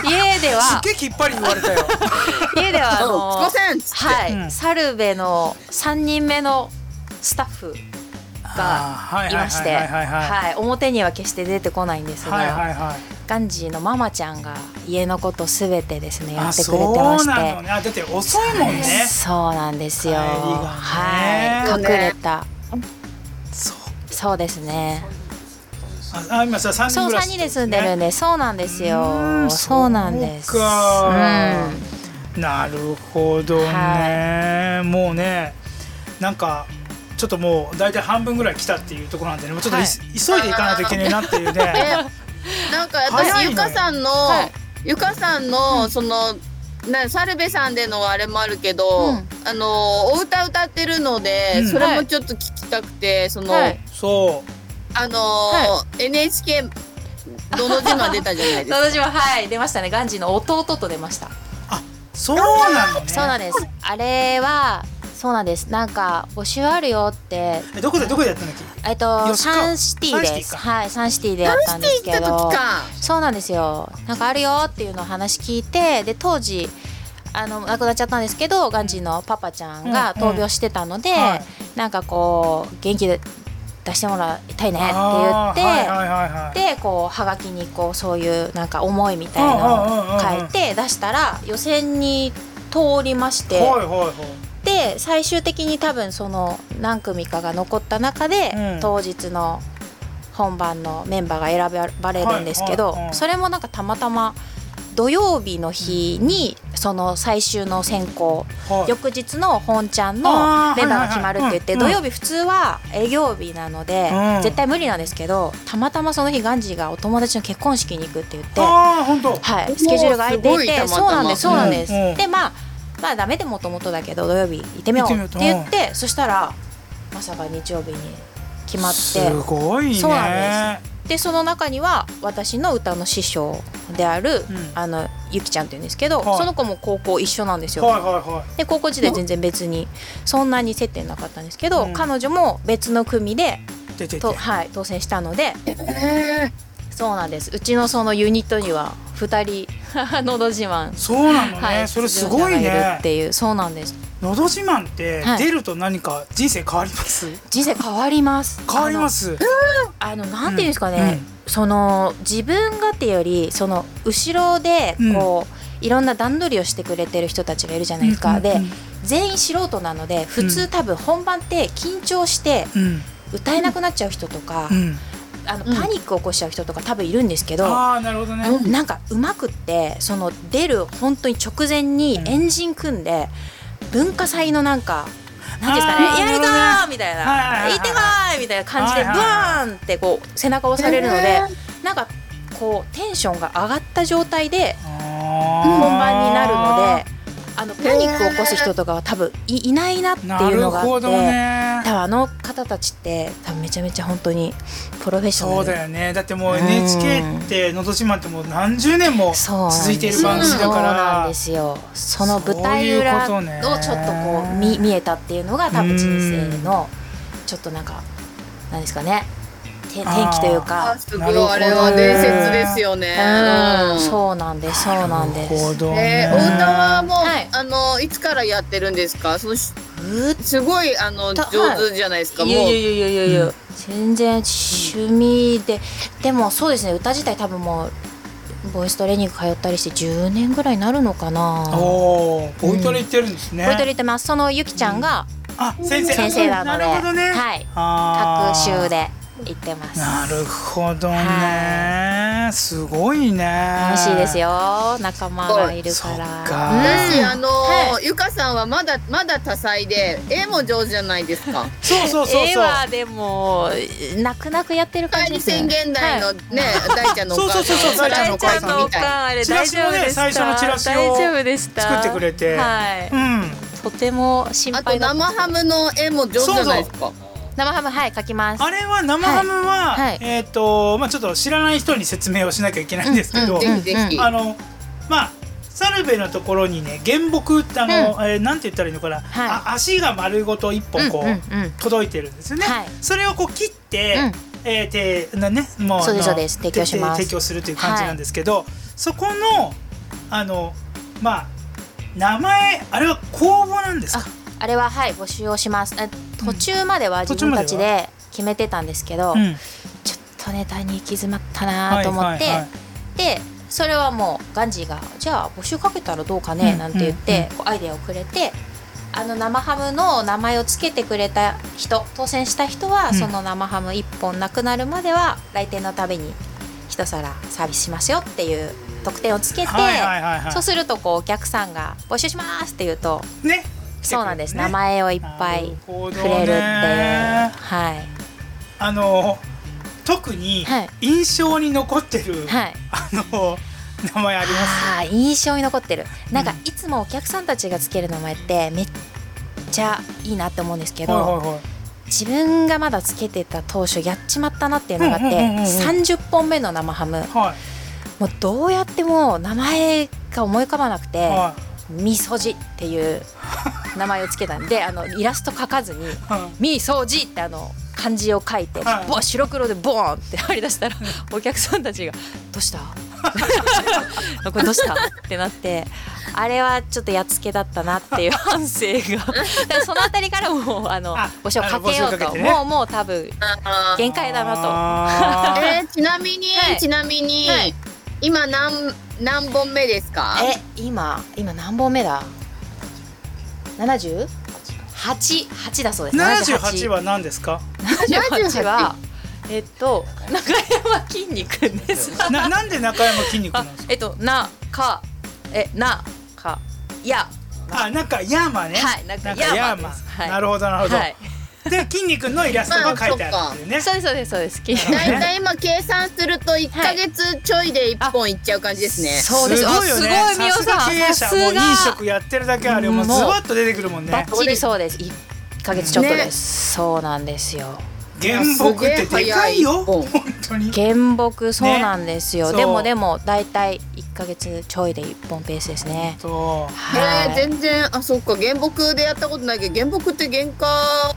Speaker 3: 家では
Speaker 1: すっげえきっぱり言われたよ
Speaker 3: 家ではあ
Speaker 2: そう
Speaker 3: の
Speaker 2: つこせんっつって
Speaker 3: はい、
Speaker 1: うん
Speaker 3: サルベの三人目のスタッフが
Speaker 1: あーはい
Speaker 3: いまして、
Speaker 1: はいはいはいはい
Speaker 3: はい表には決して出てこないんですが、
Speaker 1: はいはいはい
Speaker 3: ガンジーのママちゃんが家のことすべてですねや
Speaker 1: あ
Speaker 3: ってくれてま
Speaker 1: そう
Speaker 3: して。
Speaker 1: なのねあだって遅いもんね
Speaker 3: そうなんですよ。
Speaker 1: 帰りがね
Speaker 3: はい、隠れた。
Speaker 1: そう
Speaker 3: そうですね。
Speaker 1: ああ今さ三人
Speaker 3: そう
Speaker 1: 暮ら
Speaker 3: 三
Speaker 1: し
Speaker 3: 人で住んでるんで、そうなんです
Speaker 1: うー
Speaker 3: よ。
Speaker 1: ん
Speaker 3: そうなんです。
Speaker 1: そうか
Speaker 3: うん
Speaker 1: なるほどね、
Speaker 3: は
Speaker 1: もうねなんかちょっともう大体半分ぐらい来たっていうところなんでねもうちょっとい、
Speaker 3: はい
Speaker 1: 急いでいかないといけないなっていう ね
Speaker 2: えなんか
Speaker 1: 早いのよ
Speaker 2: 私ゆかさんの、
Speaker 3: はい
Speaker 2: ゆかさんのそのな猿部さんでのあれもあるけど、
Speaker 3: うん
Speaker 2: あのお歌歌ってるので、
Speaker 1: うん
Speaker 2: それもちょっと聞きたくて、その、
Speaker 3: はい
Speaker 1: そう
Speaker 2: あのー
Speaker 3: は
Speaker 2: NHK どの字ま出たじゃない ですか。
Speaker 3: 私ははい出ましたねガンジーの弟と出ました、
Speaker 1: そうなのね
Speaker 3: そうなんですあれはそうなんですなんか募集あるよって
Speaker 1: えどこでどこでやったんだっけ
Speaker 3: えっと
Speaker 1: 吉川
Speaker 3: サンシティ
Speaker 1: サン
Speaker 3: で
Speaker 1: シティ
Speaker 3: す
Speaker 1: か
Speaker 3: はいサンシティでやったんです
Speaker 2: 行っ
Speaker 3: け
Speaker 2: た
Speaker 3: ど
Speaker 2: 時か。
Speaker 3: そうなんですよなんかあるよっていうのを話聞いてで当時あの亡くなっちゃったんですけどガンジーのパパちゃんが
Speaker 1: うん
Speaker 3: 闘病してたので、
Speaker 1: はい
Speaker 3: なんかこう元気で出してもらいたいねって言って、
Speaker 1: あーはいはいはいはい
Speaker 3: でこうはがきにこうそういうなんか思いみたいのを書いて出したら予選に通りまして
Speaker 1: はいはいはい
Speaker 3: で最終的に多分その何組かが残った中で、
Speaker 1: うん
Speaker 3: 当日の本番のメンバーが選ばれるんですけど、
Speaker 1: はいはいはい
Speaker 3: それもなんかたまたま土曜日の日にその最終の選考
Speaker 1: はい
Speaker 3: 翌日の本ちゃん
Speaker 1: あ
Speaker 3: の
Speaker 1: ー
Speaker 3: メンバーが決まるって言って
Speaker 1: はいはいは
Speaker 3: 土曜日普通は営業日なので
Speaker 1: うん
Speaker 3: 絶対無理なんですけどたまたまその日ガンジーがお友達の結婚式に行くって言っては
Speaker 1: ああ本当
Speaker 3: いスケジュールが空い
Speaker 2: す
Speaker 3: て
Speaker 2: ご
Speaker 3: い
Speaker 2: いたまたま
Speaker 3: てそうなんですそうなんです
Speaker 1: うんうん
Speaker 3: でまあまあダメでもともとだけど土曜日行ってみよう
Speaker 1: 行っ
Speaker 3: ってて
Speaker 1: みよ
Speaker 3: 言
Speaker 1: うと
Speaker 3: ってそしたらまさか日曜日に決まって
Speaker 1: すごいね
Speaker 3: そうなんでその中には私の歌の師匠である、
Speaker 1: うん
Speaker 3: あのゆきちゃんっていうんですけど、
Speaker 1: はい
Speaker 3: その子も高校一緒なんですよ。
Speaker 1: はいはいはい
Speaker 3: で高校時代全然別にそんなに接点なかったんですけど、
Speaker 1: うん
Speaker 3: 彼女も別の組で
Speaker 1: 出てて
Speaker 3: と、はい、当選したので
Speaker 2: え
Speaker 3: そうなんですうちのそのユニットには2人 のど自慢、
Speaker 1: そうなのね、
Speaker 3: はい、
Speaker 1: それすごい
Speaker 3: 出場者がる
Speaker 1: ね
Speaker 3: っていうそうなんです
Speaker 1: のど自慢って
Speaker 3: はい
Speaker 1: 出ると何か人生変わります、
Speaker 3: 人生変わります
Speaker 1: 変わります
Speaker 3: あのあのなんていうんですかね、その自分がっていうよりその後ろでこう、いろんな段取りをしてくれてる人たちがいるじゃないですか、
Speaker 1: う
Speaker 3: で
Speaker 1: ん
Speaker 3: 全員素人なので普
Speaker 1: う
Speaker 3: 通多分本番って緊張して
Speaker 1: うん
Speaker 3: 歌えなくなっちゃう人とか、
Speaker 1: うん
Speaker 3: あの
Speaker 2: うん
Speaker 3: パニックを起こしちゃう人とか多分いるんですけど、
Speaker 1: ああなるほどね、
Speaker 2: うん
Speaker 3: なんかうまくってその出る本当に直前に
Speaker 1: うん
Speaker 3: エンジン組んで文化祭のなんか。なんていうんですか
Speaker 1: あー
Speaker 3: ね、やいか
Speaker 1: なる
Speaker 3: ーみたい
Speaker 1: はいはいはい
Speaker 3: な
Speaker 1: はい
Speaker 3: 「行ってこーい!」みたいな感じで
Speaker 1: は
Speaker 3: ブ
Speaker 1: いはい
Speaker 3: ーンってこう背中を押されるのでなんかこうテンションが上がった状態で
Speaker 1: あー
Speaker 3: 本番になるのであのパニックを起こす人とかは多分いいないなって
Speaker 1: ないる
Speaker 3: うのがあ
Speaker 1: ほ
Speaker 3: っ
Speaker 1: ど
Speaker 3: て。
Speaker 1: ね
Speaker 3: 多分あの方たちって多分めちゃめちゃ本当にプロフェッショナル
Speaker 1: そうだよねだってもう
Speaker 3: うん
Speaker 1: NHK って「のど自慢」ってもう何十年も
Speaker 3: そうなんです
Speaker 1: 続いている番組だ
Speaker 3: そう
Speaker 1: か
Speaker 3: なん
Speaker 1: ら
Speaker 3: ですよその舞台裏
Speaker 1: そう
Speaker 3: を
Speaker 1: いうことね
Speaker 3: ちょっとこう見見えたっていうのが多分人生のちょっとなんかなんですかねて
Speaker 1: あー
Speaker 3: 転機という
Speaker 2: あ
Speaker 3: か
Speaker 2: すごいあれは伝説ですよね。
Speaker 3: うん
Speaker 2: う。
Speaker 3: そうなんですそうなんで
Speaker 1: なるほ
Speaker 3: す
Speaker 1: ど
Speaker 2: え
Speaker 1: ね
Speaker 2: ー、お歌はもう、
Speaker 3: はい
Speaker 2: あのいつからやってるんですか。そうし
Speaker 3: う
Speaker 2: すごいあの
Speaker 3: た
Speaker 2: 上手じゃないですか。
Speaker 3: い
Speaker 2: も
Speaker 3: や
Speaker 2: う
Speaker 3: いやいやいやいや、
Speaker 1: う
Speaker 3: 全然趣味ででもそうですね歌自体多分もうボイストレーニング通ったりして10年ぐらいになるのかな
Speaker 1: おお
Speaker 3: ボ
Speaker 1: ボイトレ行ってるんですね
Speaker 3: イトレ行ってますそのゆきちゃんが
Speaker 1: あ先生
Speaker 3: 先生なので、
Speaker 1: るほどね
Speaker 3: はい
Speaker 1: あ
Speaker 3: 各
Speaker 1: ー
Speaker 3: 週で行ってます
Speaker 1: なるほどねすごいね
Speaker 3: 楽しいですよ仲間がいるから
Speaker 1: そっか
Speaker 2: 私
Speaker 3: うん
Speaker 2: あの、
Speaker 3: は
Speaker 2: ゆかさんはまだまだ多彩で絵も上手じゃないですか。
Speaker 1: そうそうそう
Speaker 3: 絵
Speaker 1: そう
Speaker 3: はでも泣く泣くやってる感
Speaker 2: 帰
Speaker 3: じで
Speaker 2: り
Speaker 3: すね
Speaker 2: 宣言台
Speaker 3: は
Speaker 2: の
Speaker 3: い
Speaker 2: ね、大ちゃんのお母さん。
Speaker 1: そうそうそうそう
Speaker 2: 大ちゃんのお母さんみ
Speaker 3: 大ちゃんのお
Speaker 2: たい。
Speaker 3: かんあれ
Speaker 1: チラ
Speaker 3: 大
Speaker 1: シ
Speaker 3: 丈
Speaker 1: も
Speaker 3: 夫
Speaker 1: ね
Speaker 3: でした
Speaker 1: 最初のチラシを
Speaker 3: 大丈夫でした
Speaker 1: 作ってくれて
Speaker 3: はい、
Speaker 1: うん
Speaker 3: とても心
Speaker 2: あと
Speaker 3: 配だった
Speaker 2: 生ハムの絵も上手じゃないですか。
Speaker 3: 生ハムはい書きます
Speaker 1: あれは生ハムは、
Speaker 3: はいはい
Speaker 1: えっ、とまあちょっと知らない人に説明をしなきゃいけないんですけど、
Speaker 3: うん
Speaker 2: ぜひぜひ。
Speaker 1: あのまあサルベのところにね原木ってあの、えーなんて言ったらいいのかな、
Speaker 3: はい
Speaker 1: あ足が丸ごと一本こう、
Speaker 3: うんうんうん
Speaker 1: 届いてるんですよね、
Speaker 3: はい
Speaker 1: それをこう切って、えーてなねもう
Speaker 3: そうです
Speaker 1: あの
Speaker 3: そうです提供します
Speaker 1: て提供するという感じなんですけど、そこのあのまあ名前あれは公募なんですか
Speaker 3: あれははい募集をしますえ途中までは自分たちで決めてたんですけど、
Speaker 1: うん
Speaker 3: ちょっとネタに行き詰まったなと思って、
Speaker 1: はいはいはい
Speaker 3: でそれはもうガンジーが「じゃあ募集かけたらどうかね」
Speaker 1: うん
Speaker 3: なんて言って、こうアイデアをくれてあの生ハムの名前を付けてくれた人当選した人は、
Speaker 1: うん
Speaker 3: その生ハム1本なくなるまでは来店のために一皿サービスしますよっていう特典をつけて、
Speaker 1: はいはいはいはい
Speaker 3: そうするとこうお客さんが「募集します」って言うと、
Speaker 1: ね
Speaker 3: そうなんです、
Speaker 1: ね
Speaker 3: 名前をいっぱい
Speaker 1: 触
Speaker 3: くれるっていう、はい
Speaker 1: あの特に
Speaker 3: はい
Speaker 1: 印象に残ってる、
Speaker 3: はい。
Speaker 1: あの名前あります
Speaker 3: あー印象に残ってるなんか
Speaker 1: うん
Speaker 3: いつもお客さんたちがつける名前ってめっちゃいいなって思うんですけど、
Speaker 1: はいはいはい
Speaker 3: 自分がまだつけてた当初やっちまったなっていうのがあって、
Speaker 1: うんうんうんうん
Speaker 3: 30本目の生ハム
Speaker 1: は
Speaker 3: もうどうやっても名前が思い浮かばなくて
Speaker 1: いは
Speaker 3: 「みそじ」っていう名前をつけたんであのイラスト描かずに
Speaker 1: いはい
Speaker 3: 「みそじ」ってあの漢字を書いて、
Speaker 1: はい
Speaker 3: ぼ白黒でボーンって貼り出したらお客さんたちが「どうした これどうした?」ってなってあれはちょっとやっつけだったなっていう反省がだからそのあたりからもうあの
Speaker 1: あ
Speaker 3: 募集をかけよ
Speaker 1: あの募集を
Speaker 3: う
Speaker 1: かけ
Speaker 3: と
Speaker 1: てね
Speaker 3: もうもう多分
Speaker 2: あー
Speaker 3: 限界だなと。
Speaker 1: あー
Speaker 2: えーちなみに、
Speaker 3: はい
Speaker 2: ちなみに、
Speaker 3: はい
Speaker 2: 今何何本目ですか？
Speaker 3: え今今何本目だ ?78?8 だそうです
Speaker 1: 78は何ですか
Speaker 3: 78はえっと中山筋肉です
Speaker 1: ななんで中山筋肉な
Speaker 3: あ
Speaker 1: んですか
Speaker 3: えっとなかえなかや
Speaker 1: あなんかヤーマね
Speaker 3: はいなんかヤーマですはい
Speaker 1: なるほどなるほど、
Speaker 3: はい
Speaker 1: で筋肉のイラストが書いてあるっていうね、
Speaker 3: そうですそうですそうです筋肉
Speaker 1: なる
Speaker 2: だいたい今計算すると一ヶ月ちょいで一本いっちゃう感じですね。
Speaker 3: そうです
Speaker 1: すごいよね
Speaker 3: あすごい
Speaker 1: さすが経
Speaker 3: 美容
Speaker 1: 営者もう
Speaker 3: さんさすが
Speaker 1: 飲食やってるだけあれもうズ
Speaker 3: もう
Speaker 1: バッと出てくるもん
Speaker 3: バ
Speaker 1: ね
Speaker 3: ッチリそうです一ヶ月ちょっとです、そうなんですよ
Speaker 1: 原木ってでかいよ
Speaker 2: すげえ早い
Speaker 1: 本当に
Speaker 3: 原木そうなんですよ、
Speaker 1: ね
Speaker 3: で
Speaker 1: そ
Speaker 3: も
Speaker 1: う
Speaker 3: でもだいたい一ヶ月ちょいで一本ペースですね
Speaker 1: と
Speaker 2: え
Speaker 3: はい、
Speaker 2: ー、全然あそっか原木でやったことないけど原木って原価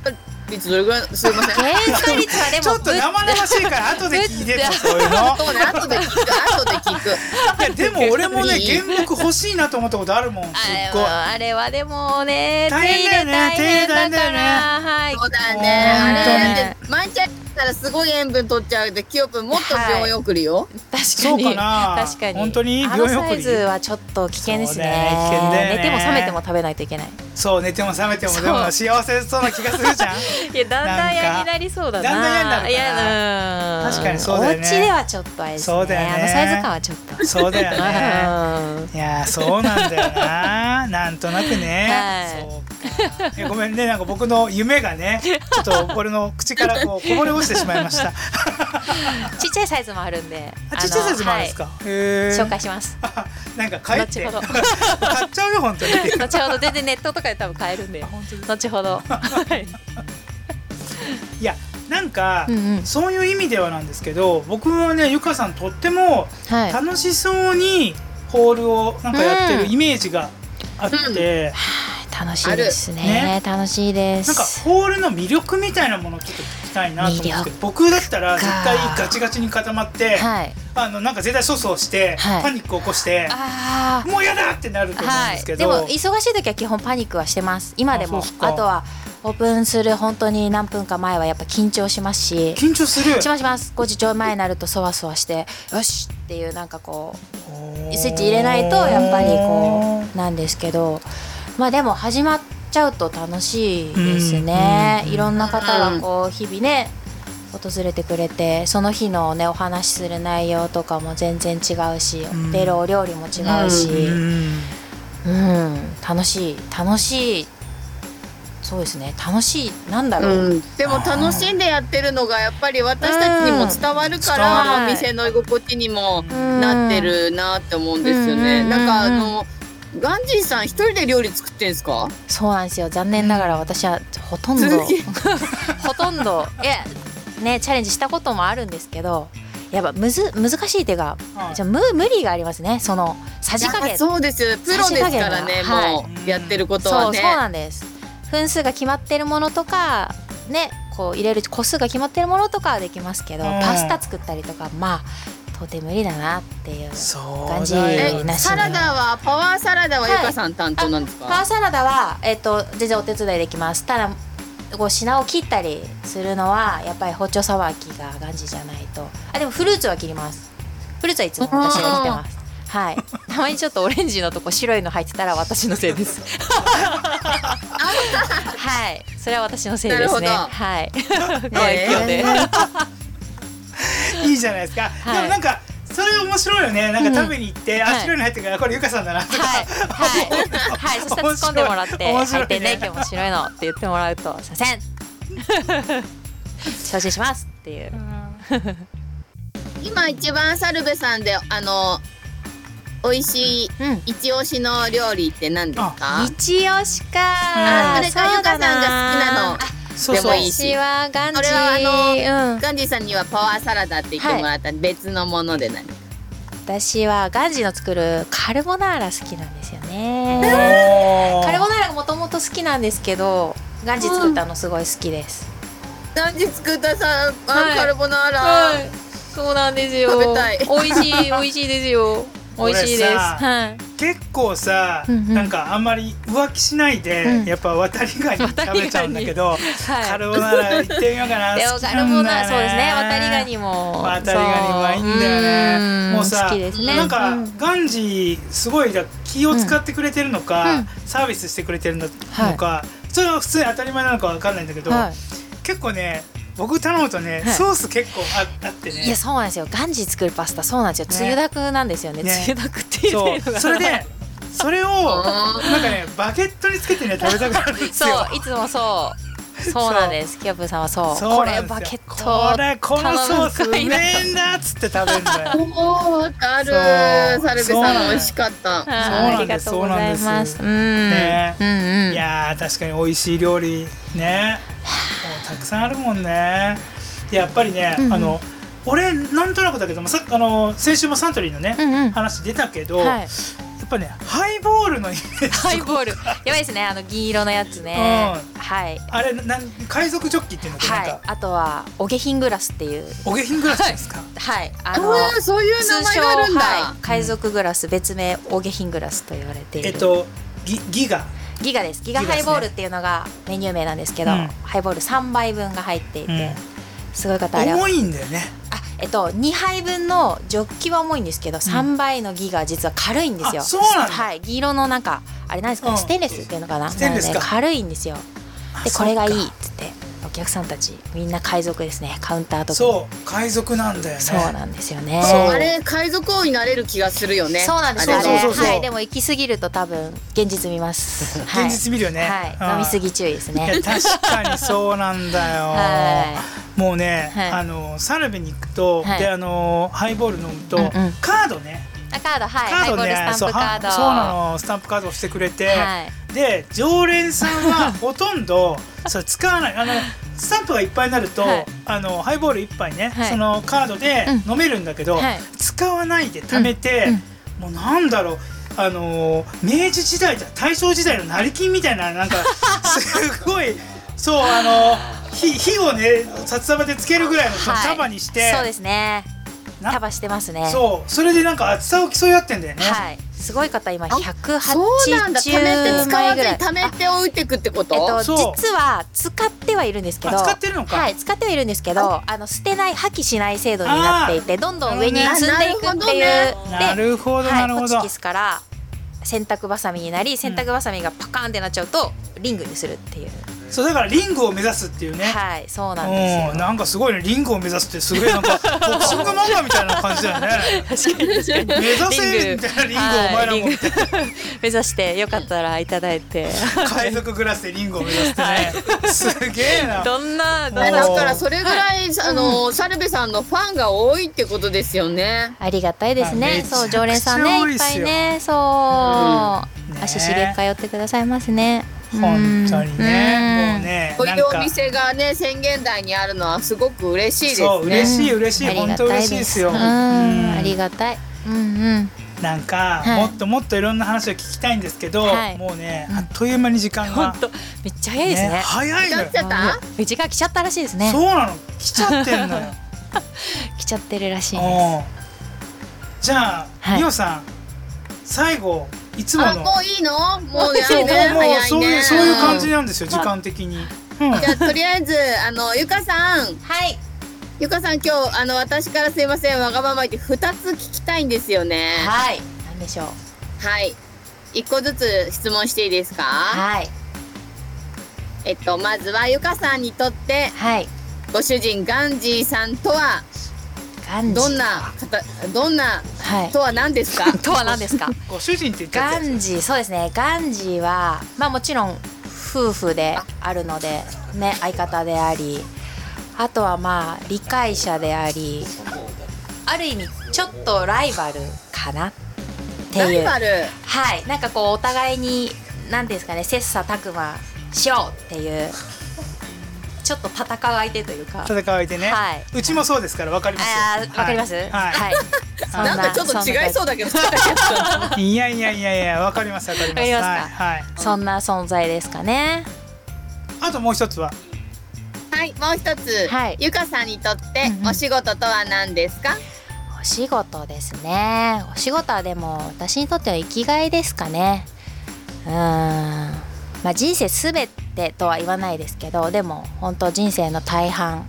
Speaker 2: 率どれぐらいすいません。
Speaker 3: 原価率はで も
Speaker 1: ちょっと生々しいから後で聞いてよそう いうの
Speaker 2: そうね後で聞く後で聞く。
Speaker 1: いやでも俺もね原木欲しいなと思ったことあるもんすっ
Speaker 3: あれ
Speaker 1: ごい
Speaker 3: はあれはでもね
Speaker 1: 大変だよね
Speaker 3: 手入れ大変だか
Speaker 1: 手入れ大
Speaker 3: ら、はい
Speaker 2: そうだねあれだ
Speaker 3: 本
Speaker 2: って毎日やったらすごい塩分取っちゃうできよくんもっと病院送るよ。
Speaker 3: 確か
Speaker 1: そう
Speaker 3: に
Speaker 1: かな
Speaker 3: 確かに
Speaker 1: 本当に
Speaker 3: あ
Speaker 1: 病
Speaker 3: の
Speaker 1: 院
Speaker 3: サ
Speaker 1: 送
Speaker 3: イ
Speaker 1: り
Speaker 3: ズはちょっと危険ですね
Speaker 1: そうね危険だよね
Speaker 3: 寝ても覚めても食べないといけない
Speaker 1: そう寝ても覚めても
Speaker 3: そう
Speaker 1: でも幸せそうな気がするじゃん
Speaker 3: いやだんだ
Speaker 1: なん
Speaker 3: ん
Speaker 1: か
Speaker 3: 嫌になりそうだな
Speaker 1: だんだん嫌になるから
Speaker 3: 嫌だ
Speaker 1: 確かにそうだよね
Speaker 3: お家ではちょっとあれですね
Speaker 1: そうだよね
Speaker 3: あのサイズ感はちょっと
Speaker 1: そうだよね
Speaker 3: うん
Speaker 1: いやーそうなんだよななんとなくね、
Speaker 3: はい
Speaker 1: そうかいやごめんねなんか僕の夢がねちょっと俺の口からこ うこぼれ落ちてしまいました
Speaker 3: ちっちゃいサイズもあるんで
Speaker 1: あちっちゃいサイズもあるんです
Speaker 3: あ
Speaker 1: か、へ
Speaker 3: の
Speaker 1: ー
Speaker 3: はい紹介します
Speaker 1: なんか帰って
Speaker 3: 後ほど
Speaker 1: 買っちゃうよ本当に
Speaker 3: 後ほど全然ネットとかで多分買えるんで
Speaker 1: 本当に
Speaker 3: 後ほどはい
Speaker 1: いやなんか、
Speaker 3: うんうん
Speaker 1: そういう意味ではなんですけど僕はねゆかさんとっても
Speaker 3: はい
Speaker 1: 楽しそうにホールをなんかやって
Speaker 3: う
Speaker 1: る
Speaker 3: ん
Speaker 1: イメージがあって、
Speaker 2: うん
Speaker 3: 楽しいですね
Speaker 1: ね
Speaker 3: 楽しいで
Speaker 1: なんか
Speaker 3: す
Speaker 1: ホールの魅力みたいなものをちょっと聞きたいなと思うんですけど僕だったら絶対ガチガチに固まって、
Speaker 3: はい
Speaker 1: あのなんか絶対粗相して、
Speaker 3: はい
Speaker 1: パニックを起こして
Speaker 3: あー
Speaker 1: もうやだってなると思うんですけど、
Speaker 3: はい、でも忙しい時は基本パニックはしてます今でも
Speaker 1: あ
Speaker 3: あ
Speaker 1: そうっすか
Speaker 3: とはオープンする本当に何分か前はやっぱ緊張しますし
Speaker 1: 緊張する
Speaker 3: しますします5時ちょい前になるとそわそわしてよしっていうなんかこ
Speaker 1: お
Speaker 3: う
Speaker 1: ー
Speaker 3: スイッチ入れないとやっぱりこうなんですけどまあでも始まっちゃうと楽しいですね、
Speaker 1: うん
Speaker 3: いろんな方がこう日々ね訪れてくれてその日のねお話しする内容とかも全然違うし、
Speaker 1: ん
Speaker 3: 出るお料理も違うし。
Speaker 1: うん
Speaker 3: うん、楽しい楽しいそうですね楽しいなんだろう、
Speaker 2: うん、でも楽しんでやってるのがやっぱり私たちにも伝わるから、
Speaker 3: うん
Speaker 2: お店の居心地にも
Speaker 3: うん
Speaker 2: なってるなって思うんですよね、
Speaker 3: うん
Speaker 2: なんかあのガンジーさん一人で料理作ってんすか
Speaker 3: そうなんですよ残念ながら私はほとんど
Speaker 2: 続き
Speaker 3: ほとんどいやねチャレンジしたこともあるんですけどやっぱむず難しいっていうか
Speaker 1: はい
Speaker 3: じゃあ無無理がありますねそのさじ加
Speaker 2: いや
Speaker 3: 減
Speaker 2: そうですよプロですからね
Speaker 3: さじ加減は
Speaker 2: も
Speaker 1: はいう
Speaker 2: やってること
Speaker 3: そ
Speaker 2: は
Speaker 3: うそう
Speaker 2: ね
Speaker 3: なんです分数が決まってるものとかねこう入れる個数が決まってるものとかはできますけど、
Speaker 1: うん
Speaker 3: パスタ作ったりとかまあとても無理だなっていう
Speaker 1: そう
Speaker 3: 感じ
Speaker 1: だよ
Speaker 3: え
Speaker 2: え
Speaker 3: なしに
Speaker 2: サラダはパワーサラダは
Speaker 3: はい
Speaker 2: ゆかさん担当なんですか、
Speaker 3: パーサラダは、えっと全然お手伝いできますただこう品を切ったりするのはやっぱり包丁さばきがガンジじゃないとあでもフルーツは切りますフルーツはいつも私が切ってますはいたまにちょっとオレンジのとこ白いの入ってたら私のせいです はいそれは私のせいですね
Speaker 2: なるほど
Speaker 3: はい
Speaker 2: えー
Speaker 3: ね
Speaker 1: いいじゃないですか、
Speaker 3: は
Speaker 1: で
Speaker 3: い
Speaker 1: もなんかそれ面白いよねなんか食べに行って、
Speaker 3: は
Speaker 1: あ
Speaker 3: い
Speaker 1: 白いの入ってるからこれゆかさんだなとか、
Speaker 3: はい、はい、はい、そしたら突っ込んでもらって、
Speaker 1: 面白い
Speaker 3: 入ってね、って面白いのって言ってもらうと、すいません。 承知しますっていう。
Speaker 2: 今一番サルベさんであの美味しい
Speaker 3: うん。
Speaker 2: 一押しの料理って何ですか
Speaker 3: 一押しか。
Speaker 1: あ
Speaker 2: それかゆかさんが好きなの
Speaker 3: あ
Speaker 1: そう
Speaker 2: で
Speaker 1: そ
Speaker 2: も
Speaker 1: う
Speaker 2: いいし
Speaker 3: 私はガンジ
Speaker 2: それは
Speaker 3: うん。
Speaker 2: ガンジーさんにはパワーサラダって言ってもらった別のもので何、
Speaker 3: 私はガンジの作るカルボナーラ好きなんですよね。カ
Speaker 1: カ
Speaker 3: ルボナーラがもともと好きなんですけど、ガンジ作ったのすごい好きです。
Speaker 2: ガンジー作ったさあ、
Speaker 3: はい
Speaker 2: カルボナーラ、
Speaker 3: はい、そうなんですよ。
Speaker 2: 食べたい
Speaker 3: 美味しい、美味しいですよ。 美味しいです。
Speaker 1: 俺さ
Speaker 3: はい。
Speaker 1: 結構さ、
Speaker 3: うんうん
Speaker 1: なんかあんまり浮気しないで、
Speaker 3: うん
Speaker 1: やっぱ渡りガニ食べちゃうんだけど、
Speaker 3: はい
Speaker 1: カルボナーラ行ってみようかな
Speaker 3: で
Speaker 1: 好
Speaker 3: も
Speaker 1: きな
Speaker 3: カ
Speaker 1: ん
Speaker 3: ル
Speaker 1: だよ
Speaker 3: ボナーラそうですね渡りガニも
Speaker 1: 渡りガニはいいんだよ
Speaker 3: そ
Speaker 1: ね
Speaker 3: う
Speaker 1: もうさ
Speaker 3: 好きですね
Speaker 1: なんか、
Speaker 3: うん
Speaker 1: ガンジーすごいだ気を使ってくれてるのか、サービスしてくれてるの
Speaker 3: はい
Speaker 1: のか、それは普通に当たり前なのかわかんないんだけど、
Speaker 3: は
Speaker 1: 結構ね僕頼むとね、
Speaker 3: はい
Speaker 1: ソース結構ああって
Speaker 3: い、い
Speaker 1: ね
Speaker 3: やそうなんですよガンジ作るパスタそうなんですよ、
Speaker 1: ね
Speaker 3: つゆだくなんですよね
Speaker 1: ね
Speaker 3: つゆだくっていう
Speaker 1: そう
Speaker 3: のが
Speaker 1: それでそれを
Speaker 2: あ
Speaker 1: なんかねバゲットにつけてね食べたくなるんです
Speaker 3: そ
Speaker 1: よ。
Speaker 3: ういつもそうそうなんですキャプさんはそう
Speaker 1: そ
Speaker 3: こ
Speaker 1: うな
Speaker 3: れ
Speaker 1: んですよ
Speaker 3: バケット
Speaker 1: これこのソースう
Speaker 3: 頼むんかいな
Speaker 1: めえなっつって食べるんだよ
Speaker 2: おおわか
Speaker 1: そ
Speaker 2: る
Speaker 1: う
Speaker 2: サルベ
Speaker 1: そうな
Speaker 2: さ
Speaker 1: の
Speaker 2: ん美味しかった
Speaker 3: あー
Speaker 1: なんです
Speaker 3: ありがとうございます
Speaker 1: そう
Speaker 3: うん
Speaker 1: ね
Speaker 3: うんうん
Speaker 1: いやー確かに美味しい料理ねもうたくさんあるもんねでやっぱりね、
Speaker 3: うんうん
Speaker 1: あの俺なんとなくだけどもさあの先週もサントリーのね、
Speaker 3: うんうん
Speaker 1: 話出たけど、
Speaker 3: は
Speaker 1: や
Speaker 3: い
Speaker 1: っぱねハイボールのイ メージ
Speaker 3: ハイボールやばいですねあの銀色のやつね、はい
Speaker 1: あれなん海賊ジョッキっていうのってなん
Speaker 3: は
Speaker 1: か、
Speaker 3: いあとはお下品グラスっていう
Speaker 1: お下品グラスですか、
Speaker 3: はいあの
Speaker 2: あーそういう名
Speaker 3: 通
Speaker 2: 前
Speaker 3: 称
Speaker 2: があるんだ、
Speaker 3: はい、海賊グラス別名オゲヒングラスと言われている、
Speaker 1: えっとギギガ
Speaker 3: ギガですギガハイボールっていうのがメニュー名なんですけど、
Speaker 1: うん
Speaker 3: ハイボール3杯分が入っていて、
Speaker 1: うん
Speaker 3: すごい方あれは
Speaker 1: 重いんだよね
Speaker 3: あえっと2杯分のジョッキは重いんですけど3杯のギガは実は軽いんですよ、
Speaker 1: あそうなんだ
Speaker 3: はい銀色のなんかあれなんですか、
Speaker 1: うん
Speaker 3: ステンレスっていうのかな
Speaker 1: ステンレスか
Speaker 3: なので軽いんですよで
Speaker 1: あ
Speaker 3: これがい
Speaker 1: そ
Speaker 3: い
Speaker 1: っ
Speaker 3: っ
Speaker 1: か
Speaker 3: つってお客さんたちみんな海賊ですねカウンターとか
Speaker 1: そう海賊なんだよね
Speaker 3: そうなんですよね
Speaker 2: そうあれ海賊王になれる気がするよね
Speaker 3: そうなんです
Speaker 1: よ
Speaker 2: あ
Speaker 3: よあ
Speaker 2: れ
Speaker 3: れ
Speaker 1: そうそうそう
Speaker 3: はいでも行き過ぎると多分現実見 ます、はい、
Speaker 1: 現実見るよね
Speaker 3: はい
Speaker 1: うん
Speaker 3: 飲み過ぎ注意で す
Speaker 1: いや
Speaker 3: ね
Speaker 1: 確かにそうなんだよ、
Speaker 3: は
Speaker 1: もうね、
Speaker 3: はい
Speaker 1: あのサルベに行くと、
Speaker 3: はい
Speaker 1: であのハイボール飲むと、
Speaker 3: うんうん
Speaker 1: カードね
Speaker 3: あカードはいハイボールス
Speaker 1: そ
Speaker 3: タ
Speaker 1: う
Speaker 3: ンプカード
Speaker 1: はそうなのスタンプカードをしてくれて、
Speaker 3: はい
Speaker 1: で常連さん はほとんどそれ使わないあのスタンプがいっぱいになると、
Speaker 3: はい
Speaker 1: あのハイボール一杯ね、
Speaker 3: はい
Speaker 1: そのカードで
Speaker 3: う
Speaker 1: 飲めるんだけど、
Speaker 3: はい
Speaker 1: 使わないで貯めて、もうなんだろうあのー明治時代だ大正時代の成金みたいななん かすごいそうあのー火火をね札束でつけるぐらいの
Speaker 3: はい
Speaker 1: 束にして、
Speaker 3: そうですね
Speaker 1: な
Speaker 3: 束してますね
Speaker 1: そうそれでなんか厚さを競い合ってんだよね。
Speaker 3: はいすごい方今
Speaker 2: そうなんだ。貯めて
Speaker 3: 180
Speaker 2: 使わ
Speaker 3: 枚
Speaker 2: ず
Speaker 3: ぐ
Speaker 2: に
Speaker 3: らい
Speaker 2: 貯めて置いていくってこと？
Speaker 3: えっと、
Speaker 1: そう
Speaker 3: 実は使ってはいるんですけど
Speaker 1: あ使ってるのか
Speaker 3: はい使ってはいるんですけどあの捨てない破棄しない制度になっていてどんどん上に
Speaker 1: なる
Speaker 2: ほど
Speaker 3: 積んでいくっていう、
Speaker 1: な
Speaker 3: で、
Speaker 1: るほど、
Speaker 3: は、
Speaker 1: ないるほ
Speaker 3: ホ
Speaker 1: ど。
Speaker 3: チキスから洗濯バサミになり洗濯バサミがパカーンってなっちゃうとリングにするっていう、
Speaker 1: そうだからリングを目指すっていうね。
Speaker 3: はいそうな
Speaker 1: う
Speaker 3: んで
Speaker 1: ん、なんかすごいね、リングを目指すって、すごいなん か、ボクシング漫画みたいな感じだよね。
Speaker 3: すよ 確かに確かに
Speaker 1: 目指せ
Speaker 3: リン
Speaker 1: みた
Speaker 3: グ
Speaker 1: いなリングをお前ら
Speaker 3: はい
Speaker 1: も
Speaker 3: リング 目指してよかったらいただいて
Speaker 1: 海賊グラスでリングを目指すってね。すげえな。
Speaker 3: どんなどん
Speaker 2: あ
Speaker 1: もう
Speaker 3: な
Speaker 2: だからそれぐらい、あの猿部さんのファンが多いってことですよね。
Speaker 3: ありがたいです
Speaker 1: まあめ
Speaker 3: ね。
Speaker 1: ちゃくちゃ
Speaker 3: そう常連さんね
Speaker 1: 多い
Speaker 3: い
Speaker 1: っ
Speaker 3: っ
Speaker 1: すよ
Speaker 3: ぱいね、そ
Speaker 1: うん
Speaker 3: う、
Speaker 1: ね
Speaker 3: 足しげく通ってくださいますね。
Speaker 1: 本当にね、もう
Speaker 3: うん
Speaker 1: ね、
Speaker 2: こうい
Speaker 1: なん
Speaker 2: うお
Speaker 1: か。
Speaker 2: 店がね宣言台にあるのはすごく嬉しいですね。
Speaker 1: そう、嬉しい、嬉しい、
Speaker 3: あり
Speaker 1: 本
Speaker 3: が
Speaker 1: 当
Speaker 3: た
Speaker 1: 嬉しいですよ。
Speaker 3: うん、ありがたい。うん
Speaker 1: なんか、
Speaker 3: はい
Speaker 1: もっともっといろんな話を聞きたいんですけど、
Speaker 3: はい
Speaker 1: もうね、
Speaker 3: うん
Speaker 1: あっという間に時間
Speaker 3: うん。
Speaker 1: が
Speaker 3: 本。当めっちゃ早いですね。
Speaker 1: ね早いのよ
Speaker 2: 来。ちゃった
Speaker 3: うん時間来ちゃったらしいですね
Speaker 1: そ。うなの、来ちゃってんのよ。
Speaker 3: 来ちゃってるらしいです。
Speaker 1: おーじゃあ、
Speaker 3: はい
Speaker 1: ミオさん最後いつもの
Speaker 2: あもういいの？もうね
Speaker 1: そうもうもう
Speaker 2: 早い
Speaker 1: そうい
Speaker 2: ね。
Speaker 1: うそういう感じなんですよ時間的に。うん
Speaker 2: じゃあとりあえずあのゆかさん
Speaker 3: はい。
Speaker 2: ゆかさん今日あの私からすいませんわがまま言って二つ聞きたいんですよね。
Speaker 3: はい。なんでしょう。
Speaker 2: はい。一個ずつ質問していいですか？
Speaker 3: はい。
Speaker 2: えっとまずはゆかさんにとって
Speaker 3: はい。
Speaker 2: ご主人ガンジーさんとは
Speaker 3: ガンジ。
Speaker 2: どんな方どんな
Speaker 3: はい
Speaker 2: と。は何ですか？
Speaker 3: とは何ですか。
Speaker 1: ご主人って言っちゃ
Speaker 3: ガ
Speaker 1: って
Speaker 3: ンジーそうですねガンジーはまあもちろん夫婦であるのでね相方でありあとはまあ理解者でありある意味ちょっとライバルかなって
Speaker 2: ラ
Speaker 3: い
Speaker 2: イ
Speaker 3: う
Speaker 2: バル。
Speaker 3: はいなんかこうお互いに何ですかね切磋琢磨しようっていうちょっと戦う相手というか
Speaker 1: 戦う相手ね、
Speaker 3: は
Speaker 1: うちもそうですからわかりますよ。
Speaker 3: あーわかります
Speaker 1: は
Speaker 3: はいい、
Speaker 1: は
Speaker 3: そ
Speaker 2: なんかちょっと違いそう
Speaker 3: だ
Speaker 2: だけど。
Speaker 1: い。いやいやいやいやわかりますわかります。
Speaker 3: わかりますか
Speaker 1: はいはい。
Speaker 3: そんな存在ですかね
Speaker 1: あともう一つは
Speaker 2: はい、もう一つ、
Speaker 3: はい
Speaker 2: ゆかさんにとって
Speaker 3: うんうん
Speaker 2: お仕事とは何ですか？
Speaker 3: お仕事ですねお仕事はでも私にとっては生きがいですかねうーんまあ人生すべてとは言わないですけどでも本当人生の大半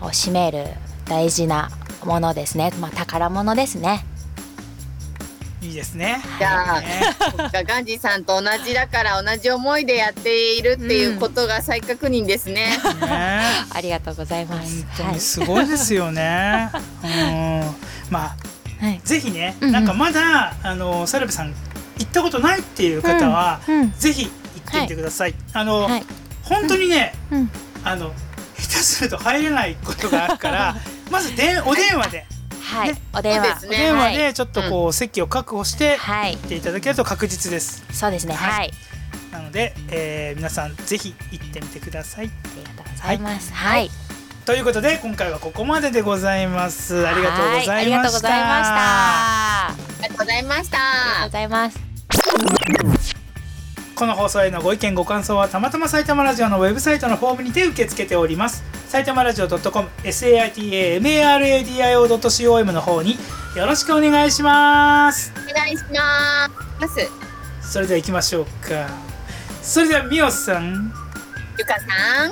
Speaker 3: を占める大事なものですねまあ宝物ですね
Speaker 1: いいですね。
Speaker 2: じゃあ、
Speaker 1: ね
Speaker 2: そっかガンジーさんと同じだから同じ思いでやっているっていうことが再確認ですね。
Speaker 1: ね
Speaker 3: ありがとうございま
Speaker 1: 本
Speaker 3: す
Speaker 1: 当にすごいですよ ね。うん。まあ
Speaker 3: はい、はい
Speaker 1: ぜひね、
Speaker 3: うんうん
Speaker 1: なんかまだあのサルベさん行ったことないっていう方は、
Speaker 3: うんうん
Speaker 1: ぜひ行ってみてください。あの、
Speaker 3: はい
Speaker 1: 本当にね、
Speaker 3: うん
Speaker 1: あの下手すると入れないことがあるから まずでお電話で、
Speaker 3: はい
Speaker 1: ね
Speaker 3: お電
Speaker 2: そうで
Speaker 3: 話
Speaker 2: す
Speaker 1: お
Speaker 2: ね
Speaker 1: 電話でちょっとこう、席を確保して
Speaker 3: はい、はい
Speaker 1: 行、っていただけると確実です。
Speaker 3: そうですね
Speaker 1: は
Speaker 3: はい
Speaker 1: なので、えー皆さんぜひ行ってみてください。
Speaker 3: ありがとうございますはい、
Speaker 1: ということで今回はここまででございます。ありがとうござ
Speaker 3: はいあ
Speaker 1: い
Speaker 3: りが
Speaker 1: ま
Speaker 3: とうご
Speaker 1: した。
Speaker 3: ざいました
Speaker 2: ありがとうございました。
Speaker 3: ありがとうございます。
Speaker 1: この放送へのご意見ご感想はたまたま埼玉ラジオのウェブサイトのフォームにて受け付けております埼玉ラジオ .com saitamaradio.com の方によろしくお願いします
Speaker 2: お願いします。
Speaker 1: それでは行きましょうかそれではみおさん
Speaker 2: ゆかさん、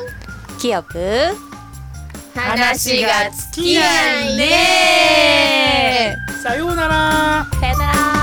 Speaker 3: キヨプー
Speaker 2: 話が尽
Speaker 1: き
Speaker 2: き
Speaker 1: な
Speaker 2: ないい
Speaker 1: ね
Speaker 2: ね。
Speaker 1: さようなら
Speaker 3: さよなら